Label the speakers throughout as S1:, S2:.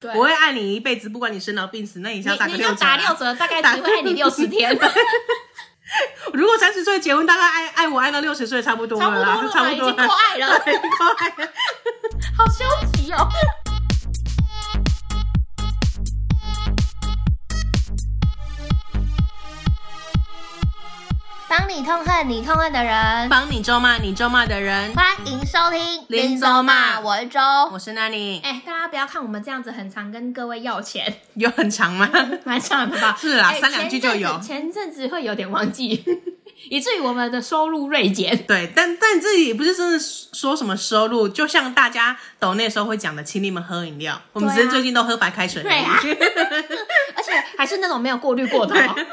S1: 对，
S2: 我会爱你一辈子，不管你生老病死，那你想打
S1: 你
S2: 个
S1: 你
S2: 六
S1: 就
S2: 折
S1: 打
S2: 啊。
S1: 六折，大概只会爱你六十天，
S2: 如果三十岁结婚，大概爱爱我爱到六十岁啊差不多
S1: 差不
S2: 了啦，
S1: 多了吧，已经够
S2: 了。
S1: 爱 了，
S2: 对够爱了
S1: 好消极哦。
S3: 帮你痛恨你痛恨的 人，
S2: 帮你咒骂你咒骂的人，
S3: 欢迎收听
S2: 林州骂
S3: 我是周。
S2: 我是 Nanny，
S1: 哎、大家不要看我们这样子，很常跟各位要钱，
S2: 有很长吗？
S1: 蛮长的吧？
S2: 是啦
S1: 哎
S2: 三两句就有
S1: 前阵子前阵子会有点忘记， 以至于我们的收入锐减。
S2: 对，但但这也不是真的说什么收入，就像大家抖那时候会讲的，请你们喝饮料，我们
S1: 对啊
S2: 只是最近都喝白开水而
S1: 对啊
S2: 已，
S1: 而且还是那种没有过滤过的、哦。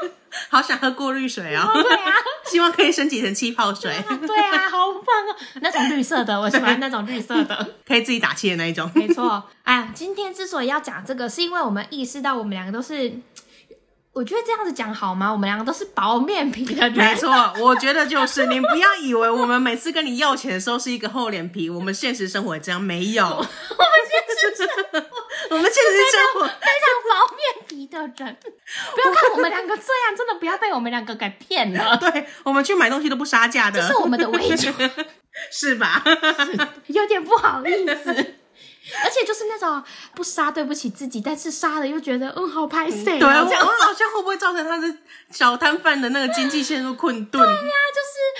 S2: 好想喝过滤水哦，
S1: 对啊，
S2: 希望可以升级成气泡水，
S1: 对啊，好棒哦！那种绿色的，我喜欢那种绿色 的。
S2: 可以自己打气的那一种。
S1: 没错，哎呀，今天之所以要讲这个，是因为我们意识到我们两个都是，我觉得这样子讲好吗？我们两个都是薄面皮的
S2: 没
S1: 人，
S2: 错，我觉得就是你不要以为我们每次跟你要钱的时候是一个厚脸皮，我们现实生活也这样没有。 我们现实，我们现实生活
S1: 非常薄面皮的人。不要看我们两个这样，真的不要被我们两个给骗了。
S2: 对，我们去买东西都不杀价
S1: 这
S2: 的
S1: 是，我们的微主，
S2: 是吧？
S1: 有点不好意思。 而且就是那种不杀对不起自己，但是杀了又觉得嗯好拍谁、
S2: 对，啊
S1: 这
S2: 我
S1: 样
S2: 我好像会不会造成他的小摊贩的那个经济陷入困顿？
S1: 就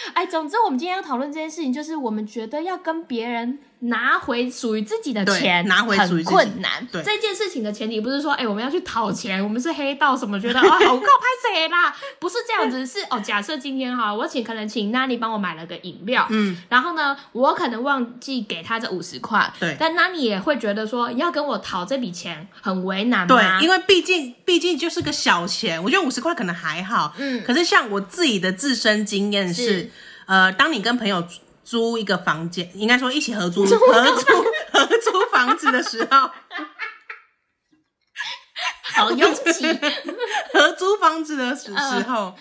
S1: 是，哎，总之我们今天要讨论这件事情，就是我们觉得要跟别人拿回属于自己的
S2: 对
S1: 钱，
S2: 拿回属于自己
S1: 很困难。
S2: 对
S1: 这件事情的前提不是说，哎，我们要去讨钱，我们是黑道什么，觉得啊，我靠，拍谁啦？不是这样子，是哦。假设今天哈，我请可能请娜妮帮我买了个饮料，
S2: 嗯，
S1: 然后呢，我可能忘记给他这五十块，
S2: 对
S1: 但娜妮也会觉得说，要跟我讨这笔钱很为难
S2: 对
S1: 吗？，
S2: 因为毕竟毕竟就是个小钱，我觉得五十块可能还好。
S3: 嗯
S2: 可是像我自己的自身经验是，
S1: 是
S2: 呃，当你跟朋友租租一个房间，应该说一起合租合租合租房子的时候，
S1: 好拥 挤，
S2: 啊合租房子的时时候，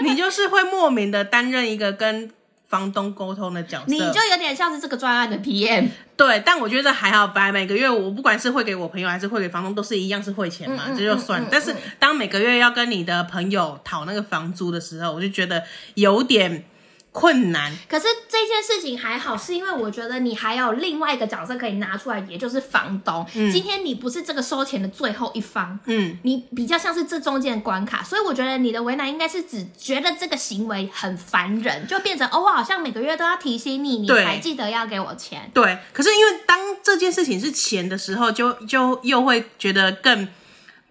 S2: 你就是会莫名的担任一个跟房东沟通的角色。
S1: 你就有点像是这个专案的 PM。
S2: 对，但我觉得还好吧。每个月我不管是汇给我朋友还是汇给房东，都是一样是汇钱嘛，
S3: 嗯嗯
S2: 这就算了。
S3: 嗯嗯
S2: 但是当每个月要跟你的朋友讨那个房租的时候，我就觉得有点困难。
S1: 可是这件事情还好，是因为我觉得你还有另外一个角色可以拿出来，也就是房东。今天你不是这个收钱的最后一方，
S2: 嗯，
S1: 你比较像是这中间的关卡，所以我觉得你的为难应该是只觉得这个行为很烦人，就变成哦，我好像每个月都要提醒你，你
S2: 对
S1: 才记得要给我钱。
S2: 对。可是因为当这件事情是钱的时候，就就又会觉得更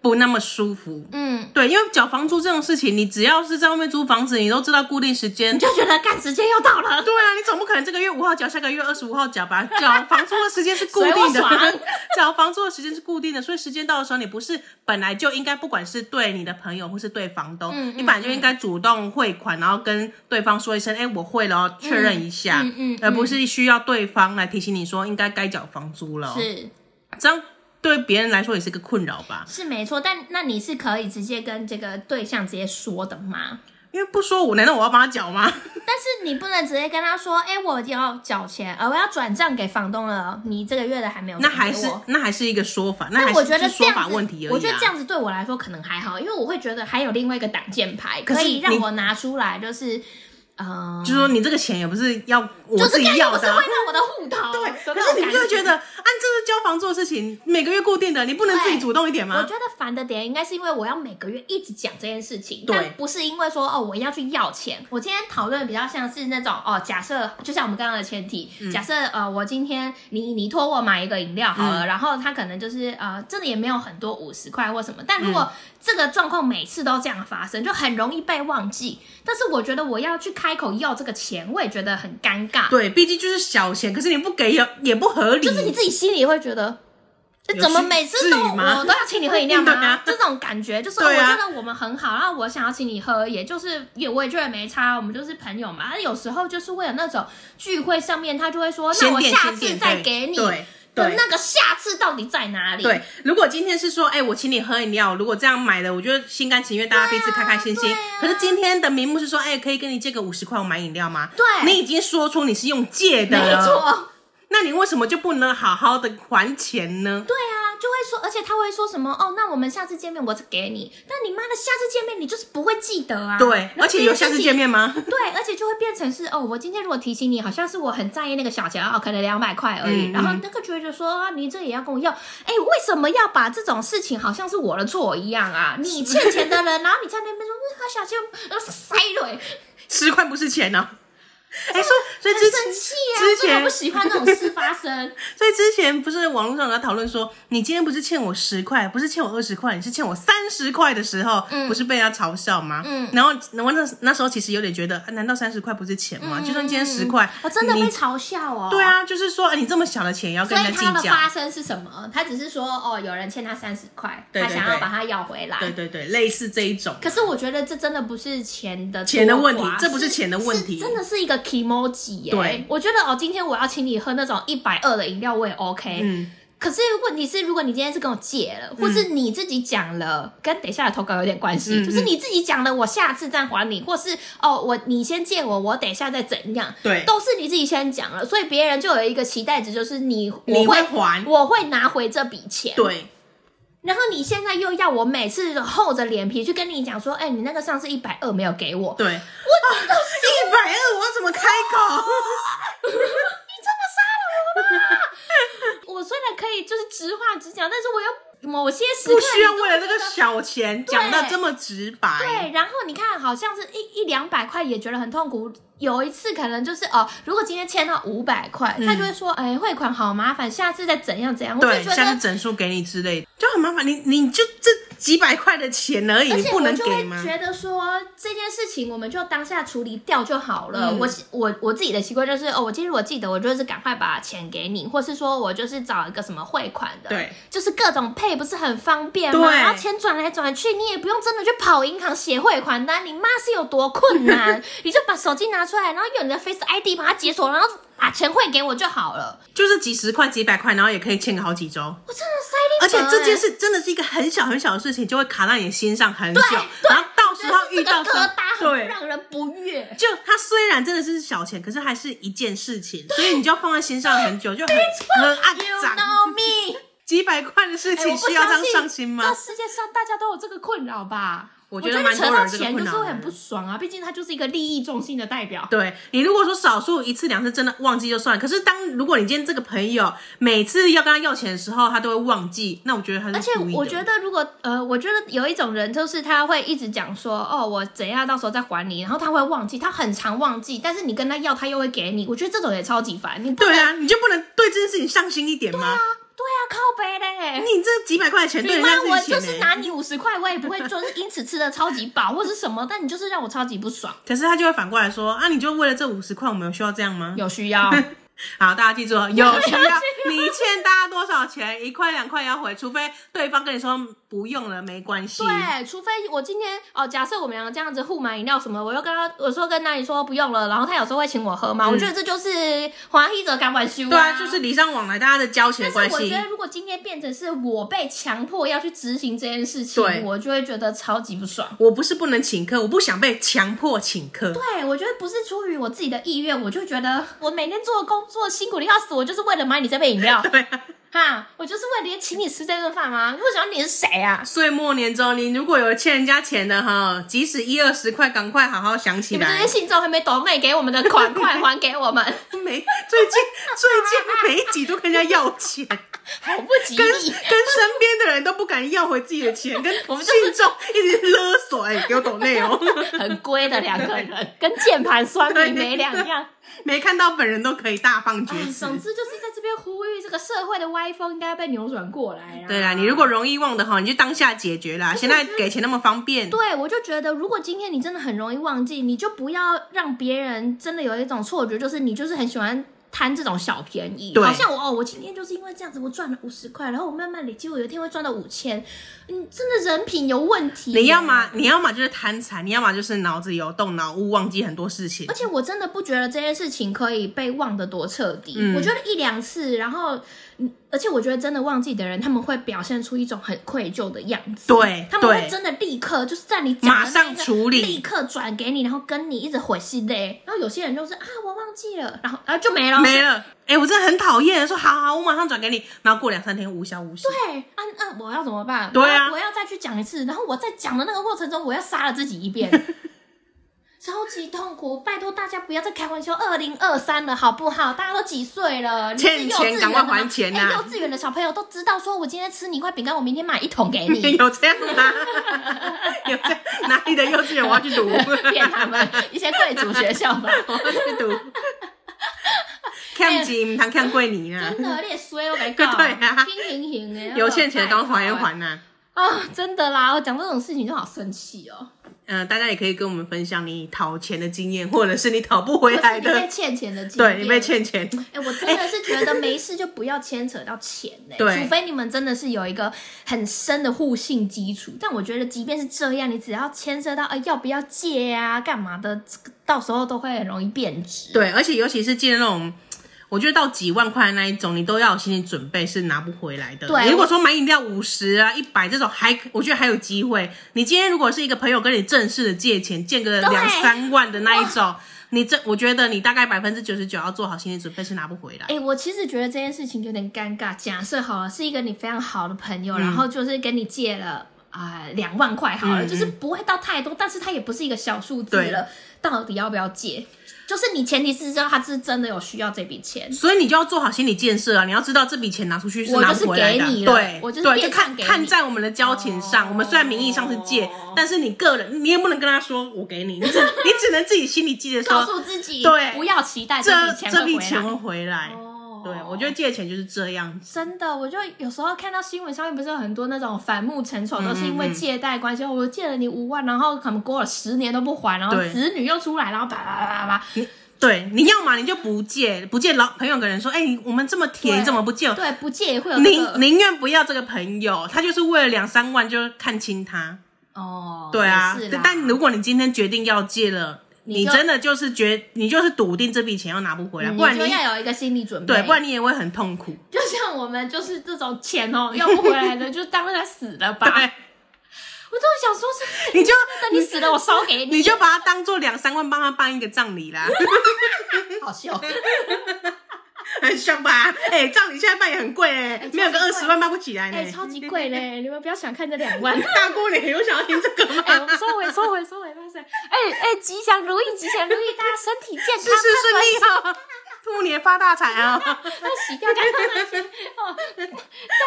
S2: 不那么舒服。
S1: 嗯，
S2: 对，因为缴房租这种事情，你只要是在外面租房子，你都知道固定时间
S1: 你。就觉得干时间又到了，
S2: 对啊，你总不可能这个月五号缴，下个月二十五号缴吧？缴房租的时间是固
S1: 随我
S2: 定的
S1: 爽，
S2: 缴房租的时间是固定的，所以时间到的时候，你不是本来就应该，不管是对你的朋友或是对房东，
S1: 嗯嗯
S2: 你本来就应该主动汇款，然后跟对方说一声，哎、我汇了哦，确认一下，
S1: 嗯嗯嗯
S2: 而不是需要对方来提醒你说应该该缴房租了哦，
S1: 是
S2: 这样对别人来说也是个困扰吧？
S1: 是没错，但那你是可以直接跟这个对象直接说的吗？
S2: 因为不说我，难道我要帮他缴吗？
S1: 但是你不能直接跟他说，哎、我要缴钱，呃，我要转账给房东了，你这个月的还没有
S2: 那
S1: 转
S2: 还
S1: 给
S2: 是
S1: 我
S2: 那还是一个说法，那还
S1: 但
S2: 是
S1: 我觉得
S2: 是
S1: 这
S2: 说
S1: 样
S2: 法
S1: 子，
S2: 问题而已、啊。
S1: 我觉得这样子对我来说可能还好，因为我会觉得还有另外一个挡箭牌
S2: 可是
S1: 可以让
S2: 你
S1: 我拿出来，就是，呃，
S2: 就说你这个钱也不是要我
S1: 就
S2: 自
S1: 是
S2: 己
S1: 感觉
S2: 要
S1: 不是
S2: 的啊、
S1: 汇到我的户头，对
S2: 可是你不就觉得，按这是交房租的事情，每个月固定的，你不能自己
S1: 对
S2: 主动一点
S1: 我
S2: 吗
S1: 觉？得烦的点应该是因为我要每个月一直讲这件事情，
S2: 对
S1: 但不是因为说哦我要去要钱。我今天讨论比较像是那种哦，假设就像我们刚刚的前提，
S2: 嗯
S1: 假设呃我今天你你托我买一个饮料好
S2: 嗯
S1: 了，然后他可能就是呃真的也没有很多五十块或什么，但如果
S2: 嗯
S1: 这个状况每次都这样发生，就很容易被忘记。但是我觉得我要去开口要这个钱，我也觉得很尴尬，
S2: 对，毕竟就是小钱，可是你不给 也也不合理。
S1: 就是你自己心里会觉得。
S2: 有
S1: 怎么
S2: 需
S1: 每次
S2: 至
S1: 都
S2: 于
S1: 我
S2: 吗
S1: 都要请你喝饮料
S2: 对
S1: 吗
S2: 啊？
S1: 这种感觉就是、哦
S2: 对啊
S1: 我觉得我们很好，然后我想要请你喝，也就是也我也觉得没差，我们就是朋友嘛。但有时候就是会有那种聚会上面，他就会说，那
S2: 先
S1: 我
S2: 点
S1: 下
S2: 先
S1: 次
S2: 点
S1: 再
S2: 对
S1: 给你。
S2: 对
S1: 的
S2: 对
S1: 那个下次到底在哪里？
S2: 对，如果今天是说，哎、我请你喝饮料，如果这样买了，我觉得心甘情愿，大家彼此开开心心。
S1: 对啊
S2: 可是今天的名目是说，哎、可以跟你借个五十块，我买饮料吗？
S1: 对
S2: 你已经说出你是用借的
S1: 没
S2: 了，
S1: 错，
S2: 那你为什么就不能好好的还钱呢？
S1: 对啊，就会说，而且他会说什么哦，那我们下次见面我再给你，但你妈的下次见面你就是不会记得啊。
S2: 对，
S1: 然后
S2: 而且有
S1: 这
S2: 下
S1: 件
S2: 次
S1: 事情
S2: 见面吗？
S1: 对，而且就会变成是哦，我今天如果提醒你，好像是我很在意那个小钱哦，可能两百块而已。
S2: 嗯
S1: 然后那个觉得说、啊、你这也要跟我要，哎，为什么要把这种事情好像是我的错一样啊？你欠钱的人，然后你在那边说嗯，啊小钱，然后塞蕊，
S2: 十块不是 钱呢、哎、说，所以
S1: 很
S2: 之
S1: 生气啊，
S2: 之
S1: 所以我
S2: 前
S1: 不喜欢这种事发 生。
S2: 所以之前不是网络上有在讨论说，你今天不是欠我十块，不是欠我二十块，你是欠我三十块的时候，不是被人家嘲笑吗？
S1: 嗯
S2: 然后，然后那那时候其实有点觉得，啊难道三十块不是钱吗？就算今天十块，
S1: 我嗯哦真的被
S2: 你
S1: 嘲笑哦。
S2: 对。啊，就是说啊你这么小的钱也要
S1: 所
S2: 跟
S1: 以
S2: 人家
S1: 他的
S2: 计较，
S1: 发生是什么？他只是说哦，有人欠他三十块，
S2: 对对
S1: 他想要
S2: 对
S1: 把它要回来。
S2: 对对对，类似这一种。
S1: 可是我觉得这真的不是钱的多寡
S2: 钱的问题这不是钱的问题
S1: 是真的是一个 emoji 耶、
S2: 对
S1: 我觉得哦，今天我要请你喝那种一百二的饮料，我也 OK。
S2: 嗯，
S1: 可是问题是，如果你今天是跟我借了，或是你自己讲了，跟等一下的投稿有点关系，
S2: 嗯
S1: 就是你自己讲了，我下次再还你，或是哦，我你先借我，我等一下再怎样，
S2: 对，
S1: 都是你自己先讲了，所以别人就有一个期待值，就是你我
S2: 你会
S1: 会
S2: 还，
S1: 我会拿回这笔钱，
S2: 对，
S1: 然后你现在又要我每次厚着脸皮去跟你讲说，哎、你那个上次一百二没有给我，
S2: 对，我一百二，我要怎么开口？
S1: 我虽然可以就是直话直讲，但是我要某些时刻
S2: 不需要
S1: 你都
S2: 为了这个小钱讲的这么直白。
S1: 对，然后你看，好像是一一两百块也觉得很痛苦。有一次可能就是哦，如果今天欠到五百块，他就会说，哎、汇款好麻烦，下次再怎样怎样。我就
S2: 嗯对，
S1: 觉
S2: 下
S1: 得
S2: 次整数给你之类的，就很麻烦。你你就这几百块的钱而已，
S1: 而
S2: 你
S1: 且
S2: 不
S1: 我
S2: 能
S1: 就
S2: 给
S1: 会
S2: 吗？
S1: 觉得说这件事情，我们就当下处理掉就好了。
S2: 嗯
S1: 我是我我自己的习惯就是，哦，我今天我记得，我就是赶快把钱给你，或是说我就是找一个什么汇款的，
S2: 对，
S1: 就是各种配不是很方便吗？
S2: 对
S1: 然后钱转来转去，你也不用真的去跑银行写汇款单，你妈是有多困难？ 你就把手机拿出来，然后用你的 Face ID 把它解锁，然后把钱汇给我就好了。
S2: 就是几十块、几百块，然后也可以欠个好几周。
S1: 我真的塞
S2: 而
S1: 进、
S2: 且
S1: 欸，
S2: 这件事真的是一个很小很小的事情，就会卡在你心上很久
S1: 对对，
S2: 然后到时候遇到
S1: 这个疙瘩
S2: 时候
S1: 很
S2: 对。
S1: 让人不悦。
S2: 就它虽然真的是小钱，可是还是一件事情，所以你就要放在心上很久，就很很暗
S1: You
S2: 长。
S1: know me。
S2: 几百块的事
S1: 哎
S2: 情
S1: 我不
S2: 需要这样
S1: 相信
S2: 上心吗？
S1: 这世界上大家都有这个困扰吧？
S2: 我
S1: 我
S2: 觉得
S1: 得
S2: 蛮多
S1: 扯到
S2: 人这个
S1: 钱
S2: 困
S1: 就
S2: 扰
S1: 是会
S2: 的
S1: 很不爽啊，毕竟他就是一个利益中心的代表。
S2: 对你如果说少数一次两次真的忘记就算了，可是当如果你今天这个朋友每次要跟他要钱的时候，他都会忘记，那我觉得他是
S1: 而且
S2: 故意的
S1: 我觉得，如果呃，我觉得有一种人，就是他会一直讲说，哦，我怎样，到时候再还你，然后他会忘记，他很常忘记，但是你跟他要，他又会给你，我觉得这种也超级烦。你不能
S2: 对啊，你就不能对这件事情上心一点吗？
S1: 对啊，靠背嘞。
S2: 你这几百块钱对人
S1: 你妈
S2: 家，
S1: 啊我
S2: 是
S1: 就
S2: 钱、
S1: 是
S2: 欸
S1: 拿你五十块，我也不会就是因此吃的超级饱或是什么，但你就是让我超级不爽。
S2: 可是他就会反过来说啊，你就为了这五十块，我们有需要这样吗？
S1: 有需要，
S2: 好，大家记住哦，有需要你欠大家多少钱，一块两块也要回，除非对方跟你说嗯不用了，没关系。
S1: 对，啊除非我今天哦，假设我们两个这样子互买饮料什么，我又跟他我说跟那里说不用了，然后他有时候会请我喝嘛，我觉得这就是华裔者敢挽修
S2: 嗯对啊，就是礼尚往来，大家的交情
S1: 但
S2: 的关
S1: 是我
S2: 系
S1: 觉。得，如果今天变成是我被强迫要去执行这件事情
S2: 对，
S1: 我就会觉得超级不爽。
S2: 我不是不能请客，我不想被强迫请客。
S1: 对，我觉得不是出于我自己的意愿，我就觉得我每天做工作辛苦的要死，我就是为了买你这杯饮料
S2: 对啊。
S1: 哈， 我就是为了请你吃这顿饭吗？为什么你是谁啊？
S2: 岁末年终，你如果有欠人家钱的哈，即使一二十块，赶快好好想起
S1: 你们这
S2: 来
S1: 些。信众还没抖妹给我们的 款，快还给我们，
S2: 没最近最近每一集都跟人家要 钱，
S1: 好不吉
S2: 跟跟
S1: 利。
S2: 身边的人都不敢要回自己的钱，跟
S1: 我们就
S2: 信众一直勒索，哎、给我懂内 哦，
S1: 很龟的两个人，跟键盘酸民没两 样。
S2: 没看到本人都可以大放厥
S1: 哎，
S2: 词。
S1: 总之就是在这边呼吁，这个社会的歪风应该被扭转过来啊啦。
S2: 对啦，你如果容易忘的哈，你就当下解决 啦。现在给钱那么方便，
S1: 对，我就觉得，如果今天你真的很容易忘记，你就不要让别人真的有一种错觉，就是你就是很喜欢贪这种小便宜。
S2: 对
S1: 好像我哦，我今天就是因为这样子，我赚了五十块，然后我慢慢累积，我有一天会赚到五千。你真的人品有问题。
S2: 你要么？你要么就是贪财，你要么就是脑子有动脑雾，忘记很多事情
S1: 而。且我真的不觉得这件事情可以被忘得多彻底。
S2: 嗯
S1: 我觉得一两次，然后，嗯而且我觉得真的忘记的人，他们会表现出一种很愧疚的样子。
S2: 对
S1: 他们会
S2: 对
S1: 真的立刻就是在你讲的那一个
S2: 马上处理
S1: 立刻转给你，然后跟你一直回信嘞。然后有些人就是啊，我忘忘记了，然后然后就没了，
S2: 没了。哎、我真的很讨厌，说好好，我马上转给你，然后过两三天无消无息。
S1: 对啊，那我要怎么办？
S2: 对啊
S1: 我要我要再去讲一次，然后我在讲的那个过程中，我要杀了自己 一遍，超级痛苦。拜托大家不要再开玩笑，二零二三了好不好？大家都几岁了？你是
S2: 欠
S1: 幼稚
S2: 钱
S1: 园
S2: 赶快
S1: 的吗
S2: 还钱啊呐
S1: 哎幼稚园的小朋友都知道，说我今天吃你一块饼干，我明天买一桶给 你。
S2: 有这样吗？有这样哪里的幼稚园我要去读？
S1: 骗他们一些贵族学 校吧，
S2: 我要去读。欠钱唔通欠过年啊！
S1: 真的，你也衰，我跟你讲，
S2: 对啊
S1: 拼平平哎，
S2: 有欠钱的赶快还一还呐、
S1: 啊、真的啦，我讲这种事情就好生气哦、
S2: 呃，大家也可以跟我们分享你讨钱的经验，或者是你讨不回
S1: 或
S2: 来
S1: 是你
S2: 的
S1: 被，欠钱的经
S2: 啊对你
S1: 验
S2: 被欠钱。
S1: 哎、我真的是觉得没事就不要牵扯到钱呢、
S2: 对
S1: 除非你们真的是有一个很深的互信基础。但我觉得，即便是这样，你只要牵涉到呃要不要借啊、干嘛的，这个到时候都会很容易变质。
S2: 对，而且尤其是借那种，我觉得到几万块的那一种，你都要有心理准备是拿不回来的。
S1: 对
S2: 你如果说买饮料五十啊、一百这种还，我觉得还有机会。你今天如果是一个朋友跟你正式的借钱，借个
S1: 对
S2: 两三万的那一种，你这我觉得你大概百分之九十九要做好心理准备是拿不回来。
S1: 哎、我其实觉得这件事情有点尴尬。假设好了，是一个你非常好的朋
S2: 嗯
S1: 友，然后就是跟你借了啊两、万块好了，
S2: 嗯嗯
S1: 就是不会到太多，但是它也不是一个小数字
S2: 对
S1: 了。到底要不要借？就是你前提是知道他是真的有需要这笔钱，
S2: 所以你就要做好心理建设啊！你要知道这笔钱拿出去是拿不回来的
S1: 我就是给，你了
S2: 对，
S1: 我就是
S2: 对，就
S1: 变
S2: 看
S1: 相给你哦
S2: 看在我们的交情上，我们虽然名义上是借，但是你个人你也不能跟他说我给你，你只你只能自己心里记着
S1: 告
S2: 说
S1: 诉自己，
S2: 对
S1: 不要期待
S2: 这
S1: 笔啊钱
S2: 这
S1: 会
S2: 笔
S1: 回
S2: 钱
S1: 来。
S2: 会回来。
S1: 哦
S2: 对，我觉得借钱就是这样子。
S1: 真的，我就有时候看到新闻上面不是有很多那种反目成仇，
S2: 嗯
S1: 都是因为借贷关系，我借了你五万，然后可能过了十年都不还，然后
S2: 对
S1: 子女又出来，然后叭叭叭叭叭，
S2: 对，你要嘛你就不借，不借老朋友跟人说，哎、你我们这么铁，
S1: 对
S2: 你怎么不借我？
S1: 对，不借也会有这
S2: 宁
S1: 个
S2: 宁愿不要这个朋友，他就是为了两三万就看清他。
S1: 哦，
S2: 对啊
S1: 也是啦，
S2: 但如果你今天决定要借了，
S1: 你
S2: 你
S1: 就
S2: 真的就是决，你就是笃定这笔钱要拿不回来，
S1: 嗯
S2: 不然
S1: 你
S2: 你
S1: 就要有一个心理准备，
S2: 对，不然你也会很痛苦。
S1: 就像我们就是这种钱哦，要不回来的就当他死了吧。
S2: 对，
S1: 我都想说是，
S2: 你就
S1: 啊等你死了我烧给
S2: 你就把它当做两三万帮他办一个葬礼啦，
S1: 好笑。
S2: 很像吧？哎、葬礼现在办也很贵哎、
S1: 超级
S2: 没有个
S1: 贵
S2: 二十万办不起来呢、
S1: 哎、超级贵嘞！ 你们不要小看这两万。
S2: 大过年有想要听这个吗？
S1: 哎、我们收回，收回，收回，哇塞！哎、哎、吉祥如意，吉祥如意，大家身体健康，
S2: 事事顺利哦，兔年发大财 哦！
S1: 快洗掉刚刚那些哦，在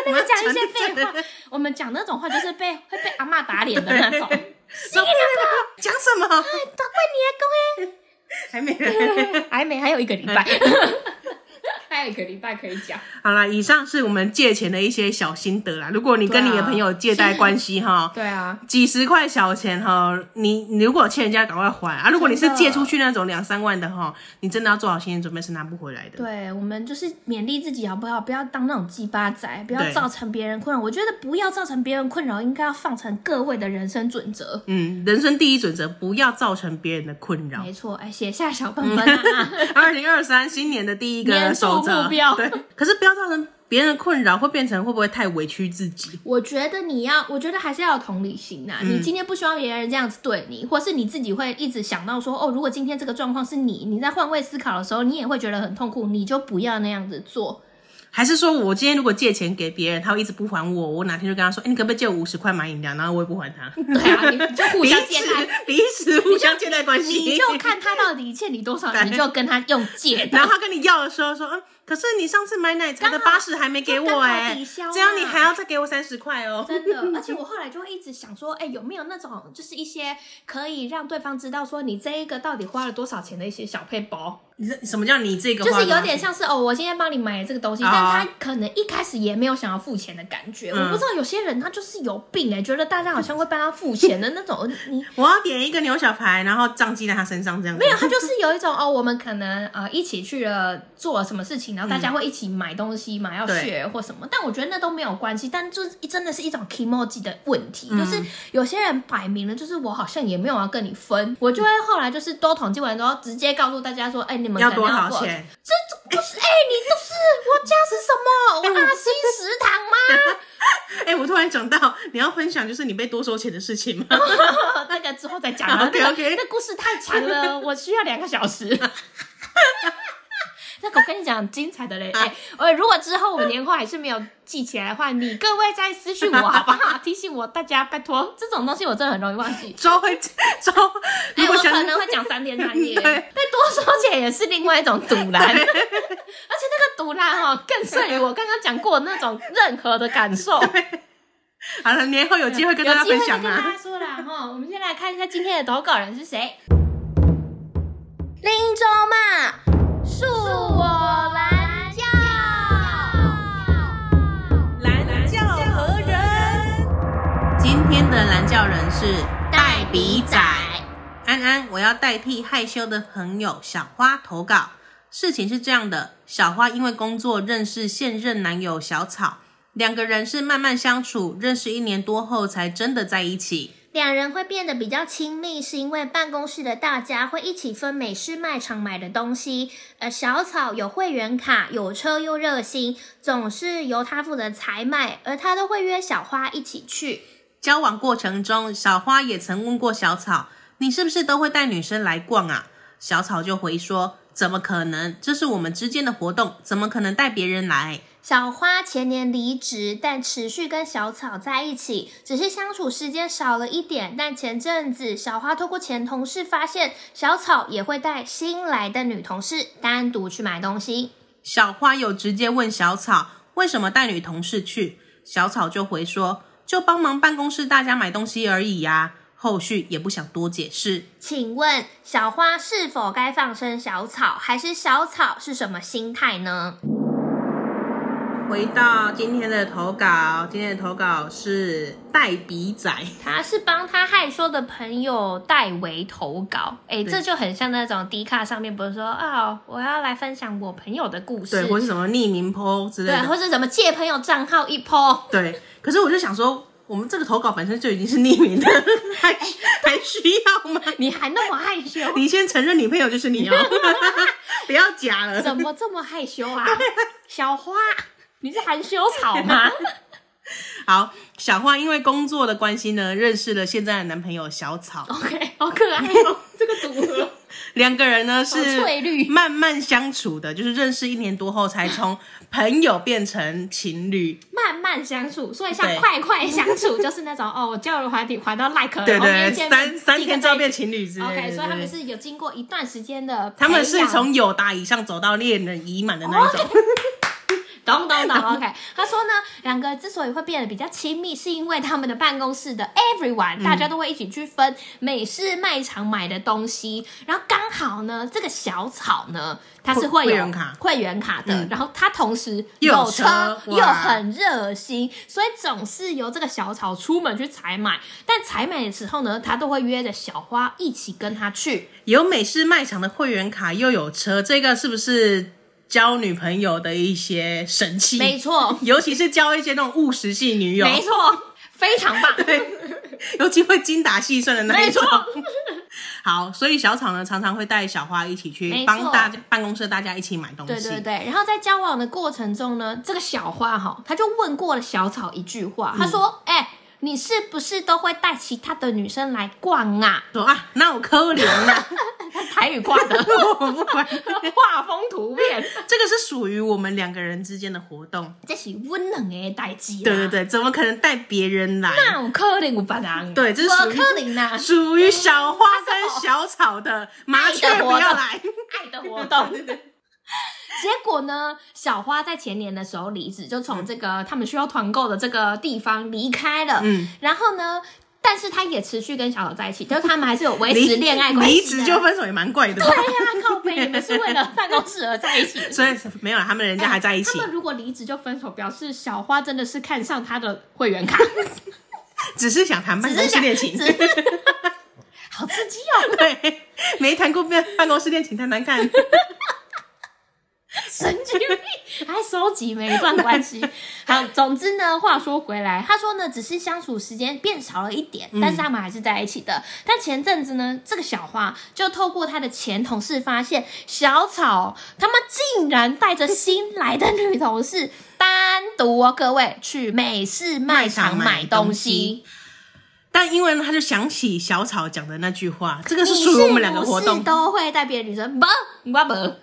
S1: 那边讲一些废话。我们讲那种话就是被会被阿嬷打脸的那种。
S2: 怎么了讲什么？
S1: 都 怪你
S2: 还没来。
S1: 的公哎，还没还有一个礼 拜，还有一个礼拜可以讲。
S2: 好啦，以上是我们借钱的一些小心得啦。如果你跟你的朋友借贷关系哈，
S1: 对啊，
S2: 几十块小钱哈，你你如果欠人家赶快还啊！如果你是
S1: 真的
S2: 借出去那种两三万的哈，你真的要做好心理准备是拿不回来的。
S1: 对我们就是勉励自己好不好？不要当那种鸡巴仔，不要
S2: 对
S1: 造成别人困扰。我觉得不要造成别人困扰，应该要放成各位的人生准则。
S2: 嗯，人生第一准则不要造成别人的困扰
S1: 没。错，哎，写下小本本啊。
S2: 二零二三新年的第一
S1: 年
S2: 个
S1: 度
S2: 守则，
S1: 目标
S2: 对，可是不要造成别人的困扰，会变成会不会太委屈自己？
S1: 我觉得你要，我觉得还是要有同理心呐、你今天不希望别人这样子对你，或是你自己会一直想到说，哦，如果今天这个状况是你，你在换位思考的时候，你也会觉得很痛苦，你就不要那样子做。
S2: 还是说我今天如果借钱给别人，他会一直不还我，我哪天就跟他说，哎、你可不可以借我五十块买饮料？然后我也不还他，
S1: 对啊，你就互
S2: 彼
S1: 相借贷，
S2: 此彼此互相借贷关系，
S1: 你就。看他到底欠你多少，
S2: 对
S1: 你就跟他用借 的
S2: 然。后他跟你要的时候说，嗯，可是你上次买奶茶的八十还没给
S1: 就
S2: 我
S1: 刚好
S2: 哎、
S1: 抵消嘛
S2: 这样你还要再给我三十块哦。
S1: 真的，而且我后来就会一直想说，哎、有没有那种就是一些可以让对方知道说你这一个到底花了多少钱的一些小配包？
S2: 你这什么叫你这个
S1: 就
S2: 花
S1: 是
S2: 多少
S1: 有
S2: 钱？
S1: 点像是哦，我今天帮你买了这个东西，
S2: 啊
S1: 但他可能一开始也没有想要付钱的感觉。
S2: 嗯
S1: 我不知道有些人他就是有病哎、觉得大家好像会帮他付钱的那种，你
S2: 我要点一个牛小排，然后账记在他身上这样子。
S1: 没有，他就是有一种哦，我们可能呃一起去了做了什么事情，然后大家会一起买东西嘛，要
S2: 对
S1: 学或什么，但我觉得那都没有关系，但就是真的是一种 emoji 的问题，
S2: 嗯
S1: 就是有些人摆明了就是我好像也没有要跟你分，我就会后来就是都统计完之后直接告诉大家说，哎、你们
S2: 要
S1: 可能
S2: 多少
S1: 付
S2: 钱？
S1: 这这不是哎、你都是我家是什么？我大西食堂吗？
S2: 哎、我突然想到，你要分享就是你被多收钱的事情吗？
S1: 那个之后再讲啊。
S2: OK，OK
S1: 那个那故事太长了，我需要两个小时。那个我跟你讲精彩的嘞，哎、呃，如果之后我们年后还是没有记起来的话，你各位再私信我好不 好？提醒我大家，拜托，这种东西我真的很容易忘记。
S2: 招会招，
S1: 哎、
S2: 如
S1: 我
S2: 果喜
S1: 可
S2: 欢
S1: 能会讲三天三 夜，
S2: 对
S1: 但多说起来也是另外一种堵拦， 而且那个堵拦哦，更胜于我刚刚讲过那种任何的感受。
S2: 好了，年后有机会跟
S1: 有
S2: 大家
S1: 机会
S2: 分
S1: 再
S2: 享
S1: 跟大
S2: 啊
S1: 家。说啦哈。我们先来看一下今天的投稿人是谁。
S3: 林州嘛，恕我蓝教。
S2: 蓝教何人？今天的蓝教人是
S3: 黛比仔，
S2: 安安，我要代替害羞的朋友小花投稿。事情是这样的，小花因为工作认识现任男友小草，两个人是慢慢相处，认识一年多后才真的在一起。
S3: 两人会变得比较亲密，是因为办公室的大家会一起分美式卖场买的东西。呃，小草有会员卡，有车又热心，总是由他负责采买，而他都会约小花一起去。
S2: 交往过程中，小花也曾问过小草：“你是不是都会带女生来逛啊？”小草就回说：“怎么可能？这是我们之间的活动，怎么可能带别人来
S3: 小花前年离职，但持续跟小草在一起，只是相处时间少了一点。但前阵子，小花透过前同事发现，小草也会带新来的女同事单独去买东西。？”
S2: 小花有直接问小草：“为什么带女同事去？”小草就回说：“就帮忙办公室大家买东西而已呀、后续也不想多解释。
S3: 请问小花是否该放生小草，还是小草是什么心态呢？
S2: 回到今天的投稿，今天的投稿是带笔仔，
S1: 他是帮他害羞的朋友代为投稿，哎、这就很像那种迪卡上面不是说啊，我要来分享我朋友的故事
S2: 对，，或是什么匿名 PO 之类
S1: 对，
S2: 的，
S1: 或是什么借朋友账号一 po，
S2: 对，可是我就想说，我们这个投稿本身就已经是匿 名的，还还需要吗？
S1: 你还那么害羞，
S2: 你先承认你朋友就是 你哦，不要假了。
S1: 怎么这么害羞 啊？小花，你是含羞草 吗？
S2: 好，小花因为工作的关系呢，认识了现在的男朋友小草，
S1: OK，好可爱 哦，这个组合。
S2: 两个人呢
S1: 好
S2: 是
S1: 翠绿
S2: 慢慢相处的，就是认识一年多后才从朋友变成情侣。
S1: 慢慢相处，所以像
S2: 对
S1: 快快相处就是那种哦，我叫了滑梯滑到 like，了
S2: 对
S1: 后
S2: 对
S1: 呃哦
S2: 对，
S1: 面见面
S2: 三三
S1: 立刻
S2: 天之
S1: 在
S2: 后变情侣之类的。
S1: OK，所以他们
S2: 对对
S1: 是有经过一段时间的培养，
S2: 他们是从友达以上走到恋人已满的那一种。
S1: 懂懂 懂 OK。他说呢，两个之所以会变得比较亲密，是因为他们的办公室的
S2: 嗯
S1: everyone、大家都会一起去分美式卖场买的东西，然后刚好呢，这个小草呢，他是会有
S2: 会员卡嗯
S1: 会员卡的，然后他同时
S2: 又有
S1: 车
S2: 车
S1: 又
S2: 哇
S1: 很热心，所以总是由这个小草出门去采买，但采买的时候呢，他都会约着小花一起跟他去。
S2: 有美式卖场的会员卡，又有车，这个是不是交女朋友的一些神器？
S1: 没，错，
S2: 尤其是交一些那种务实系女友，
S1: 没错，非常棒。
S2: 尤其会精打细算的那一
S1: 没
S2: 种
S1: 错。
S2: 好，所以小草呢常常会带小花一起去
S1: 没错
S2: 帮大家办公室大家一起买东西。
S1: 对对对，然后在交往的过程中呢，这个小花哈，她就问过了小草一句话，
S2: 嗯
S1: 她说：“哎、你是不是都会带其他的女生来逛啊
S2: 说啊，那我可怜了，？”
S1: 她台语挂的，
S2: 我不管。
S1: 画风突变，
S2: 这个是属于我们两个人之间的活动。
S1: 这是温冷的代志。啊
S2: 对对，对，怎么可能带别人来？
S1: 那我可能有别人，
S2: 对这是
S1: 我
S2: 属于
S1: 可能呐，
S2: 属于小花跟小草的麻雀
S1: 爱的
S2: 不
S1: 活动
S2: 要 来。
S1: 爱的活动。
S2: 对对对
S1: 结果呢，小花在前年的时候离职，就从这个、他们需要团购的这个地方离开了。
S2: 嗯，
S1: 然后呢，但是她也持续跟小草在一起，但是他哎们还是有维持恋爱关系的。啊
S2: 离职就分手也蛮怪的吧。
S1: 对呀、靠背，你们是为了办公室而在一起。
S2: 所以没有啦，他们人家还在一起
S1: 他，们如果离职就分手，表示小花真的是看上他的会 员卡，
S2: 只是想谈办
S1: 只
S2: 公
S1: 是
S2: 室
S1: 想，
S2: 恋情
S1: 只。是好刺激哦，
S2: 对，没谈过办办公室恋情太难看。
S1: 神经病， 还收集每一段 关系。好，总之呢，话说回来，他说呢，只是相处时间变少了一点，
S2: 嗯
S1: 但是他们还是在一起的。但前阵子呢，这个小花就透过她的前同事发现，小草他们竟然带着新来的女同事单独哦，各位去美式卖场买东西。
S2: 但因为呢，他就想起小草讲的那句话，这个
S1: 这
S2: 是属于我们两个活
S1: 你是不
S2: 动。
S1: 是都会带别的女生，不，我不。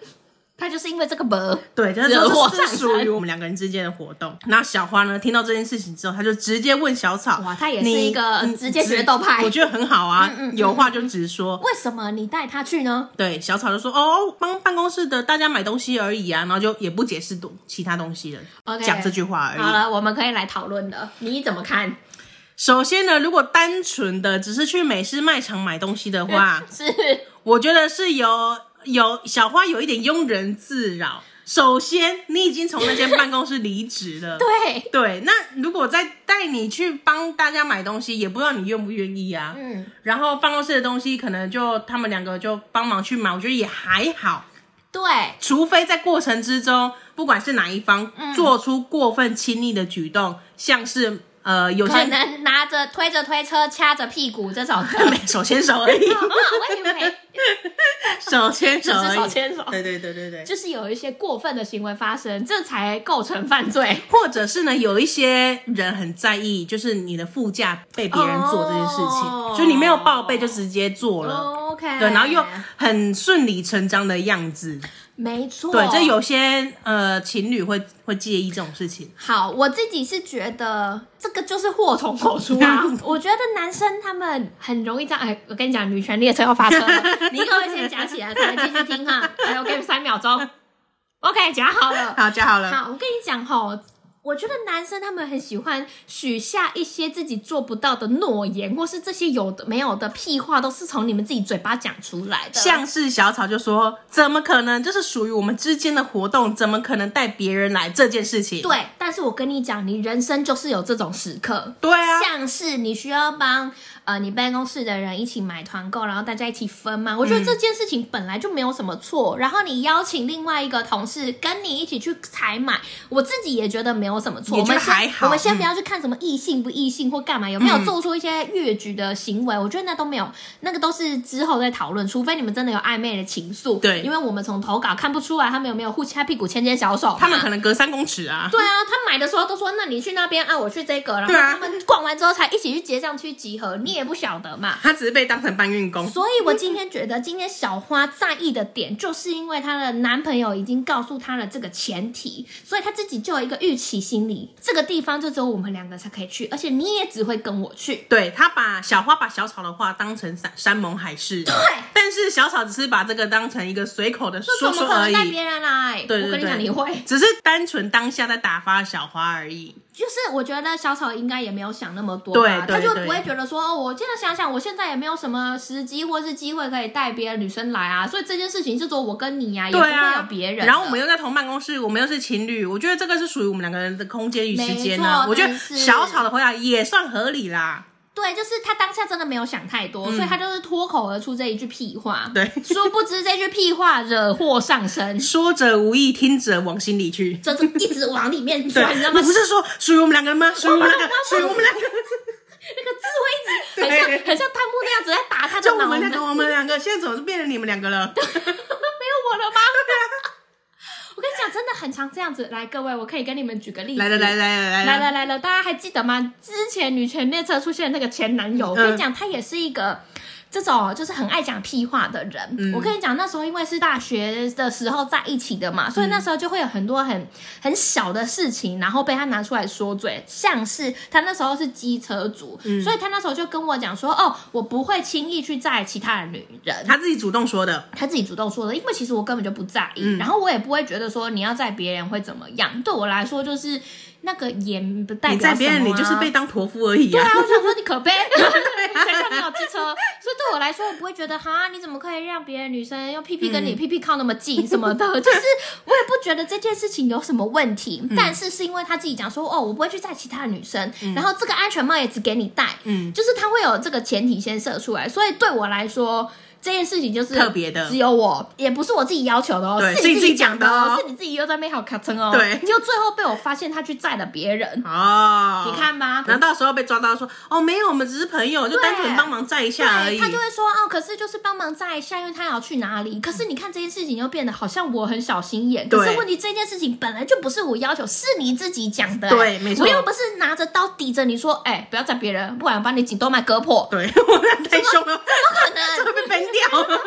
S1: 他就是因为这个本，
S2: 对，就是
S1: 惹
S2: 说
S1: 祸
S2: 这
S1: 上
S2: 是
S1: 身
S2: 属于我们两个人之间的活动。那小花呢，听到这件事情之后，她就直接问小草，
S1: 哇，他也是
S2: 你嗯
S1: 一个
S2: 你
S1: 直接决斗派
S2: 我。觉得很好啊，
S1: 嗯嗯嗯
S2: 有话就直说。
S1: 为什么你带他去呢？
S2: 对，小草就说：“哦，帮办公室的大家买东西而已啊。”然后就也不解释多其他东西了
S1: OK
S2: 讲这句话而已。
S1: 好了，我们可以来讨论了，你怎么 看？，
S2: 首先呢，如果单纯的只是去美式卖场买东西的话
S1: 是，
S2: 我觉得是有有小花有一点庸人自扰。首先，你已经从那间办公室离职了
S1: 对，
S2: 对。那如果再带你去帮大家买东西，也不知道你愿不愿意啊。
S1: 嗯，
S2: 然后办公室的东西可能就他们两个就帮忙去买，我觉得也还好。
S1: 对，
S2: 除非在过程之中，不管是哪一方、
S1: 嗯
S2: 做出过分亲密的举动，像是呃有些
S1: 可
S2: 人
S1: 能拿着推着推车、掐着屁股这种 的。
S2: 手牵手而已，
S1: 好不好 我以为
S2: 手 牵手
S1: 只
S2: 而
S1: 是手
S2: 已。
S1: 牵手，
S2: 对对对对对，
S1: 就是有一些过分的行为发生，这才构成犯 罪。
S2: 或者是呢，有一些人很在意，就是你的副驾被别人做这件事情，
S1: 哦
S2: 就你没有报备就直接做了。
S1: OK，
S2: 对，然后又
S1: 哎
S2: 很顺理成章的样子，
S1: 没错，
S2: 对，这有些呃情侣会会介意这种事情，
S1: 好，我自己是觉得这个就是祸从口出啊。我觉得男生他们很容易这样。哎，我跟你讲，女权列车要发车了，你各位先夹起来，才能继续听哈。哎，我给你三秒钟。OK，夹好了。
S2: 好，加好了，
S1: 好，我跟你讲吼，我觉得男生他们很喜欢许下一些自己做不到的诺言，或是这些有的没有的屁话，都是从你们自己嘴巴讲出来的。
S2: 像是小草就说：“怎么可能？这是属于我们之间的活动，怎么可能带别人来这件事情？”
S1: 对，但是我跟你讲，你人生就是有这种时刻。
S2: 对啊，
S1: 像是你需要帮呃你办公室的人一起买团购，然后大家一起分嘛。我
S2: 嗯
S1: 觉得这件事情本来就没有什么错。然后你邀请另外一个同事跟你一起去采买，我自己也觉得没有什么错。
S2: 也
S1: 我
S2: 觉得
S1: 们
S2: 还
S1: 先
S2: 好嗯
S1: 我们先不要去看什么异性不异性或干嘛，有没有做出一些越矩的行为，我觉得那都没有，那个都是之后再讨论。除非你们真的有暧昧的情愫，
S2: 对
S1: 因为我们从投稿看不出来他们有没有互掐屁股、牵牵小手嘛，
S2: 他们可能隔三公尺 啊。
S1: 对啊，他买的时候都说，那你去那边啊，我去这个，然后
S2: 对啊嗯
S1: 他们逛完之后才一起去结账区集合，你也不晓得嘛。
S2: 他只是被当成搬运工。
S1: 所以我今天觉得，今天小花在意的点，就是因为她的男朋友已经告诉她了这个前提，所以她自己就有一个预期心理，这个地方就只有我们两个才可以去，而且你也只会跟我去。
S2: 对他把小花把小草的话当成山山盟海誓，对。但是小草只是把这个当成一个随口的
S1: 这
S2: 说
S1: 怎
S2: 说
S1: 么可
S2: 而
S1: 能带
S2: 已，
S1: 别人来？
S2: 对对
S1: 我跟你
S2: 对
S1: 讲，你会。
S2: 只是单纯当下在打发小花而已。
S1: 就是我觉得小草应该也没有想那么多
S2: 对
S1: 吧，
S2: 对
S1: 他就
S2: 对
S1: 不会觉得说，哦，我现在想想，我现在也没有什么时机或是机会可以带别的女生来啊，所以这件事情就只有我跟你呀、也不
S2: 对
S1: 会有
S2: 啊，
S1: 别人。
S2: 然后我们。又在同办公室，我们又是情侣，我觉得这个是属于我们两个人的空间与时间
S1: 没
S2: 啊。
S1: 错
S2: 我觉得
S1: 但是
S2: 小草的回答也算合理啦。
S1: 对，就是他当下真的没有想太多，所以他就是脱口而出这一句屁话。
S2: 对
S1: 殊不知这句屁话惹祸上身，
S2: 说者无意，听者往心里去。
S1: 就是一直往里面
S2: 对
S1: 钻，你知道，吗？
S2: 你不是说属于我们两个人 吗？属于我们两个，属 于我们两个，
S1: 那个字会一直很像
S2: 对
S1: 很像弹幕那样子在打他的
S2: 就
S1: 脑
S2: 我们
S1: 门
S2: 两个，我们两个，现在怎么就变成你们两个了？
S1: 没有我了吗？我跟你讲，真的很常这样子。来，各位，我可以跟你们举个例子。
S2: 来了来了来了
S1: 来
S2: 来了，
S1: 了来了，大家还记得吗？之前女权列车出现的那个前男友，我跟你讲，他也是一个。这种就是很爱讲屁话的人，我跟你讲，那时候因为是大学的时候在一起的嘛，所以那时候就会有很多很很小的事情，然后被他拿出来说嘴，像是他那时候是机车族，所以他那时候就跟我讲说，哦，我不会轻易去载其他的女人，
S2: 他自己主动说的，
S1: 他自己主动说的，因为其实我根本就不在意，
S2: 嗯
S1: 然后我也不会觉得说你要在别人会怎么样，对我来说就是那个也不代
S2: 你
S1: 表
S2: 在
S1: 什么、
S2: 别
S1: 啊。
S2: 人你就是被当驼夫而已
S1: 对啊
S2: 啊。，
S1: 我想说你可 悲，谁叫你有机车？所以对我来说，我不会觉得哈，你怎么可以让别人女生用屁屁跟
S2: 嗯
S1: 你屁屁靠那么近什么的？ 就是我也不觉得这件事情有什么问题，
S2: 嗯
S1: 但是是因为他自己讲说哦，我不会去载其他女生，然后这个安全帽也只给你戴，
S2: 嗯
S1: 嗯，就是他会有这个前提先设出来，所以对我来说。这件事情就是
S2: 特别的
S1: 只有我，也不是我自己要求的哦，
S2: 对
S1: 是
S2: 是你
S1: 你
S2: 自己
S1: 讲
S2: 讲的哦
S1: 是你自己又在那边好卡称哦，
S2: 对
S1: 就最后被我发现他去载了别人，
S2: 哦，
S1: 啊你，看吧，
S2: 然后到时候被抓到说，哦，没有，我们只是朋友，就单纯帮忙载一下而
S1: 对
S2: 已
S1: 他。就会说哦，可是就是帮忙载一下，因为他要去哪里。可是你看这件事情又变得好像我很小心眼，
S2: 对
S1: 可是问题这件事情本来就不是我要求，是你自己讲的、
S2: 对没错
S1: 我又不是拿着刀抵着你说，哎、不要载别人，不然我把你颈动脉割破，
S2: 对，我们俩太凶了，
S1: 不可能。
S2: 这会被 ban 掉 了。
S1: 啊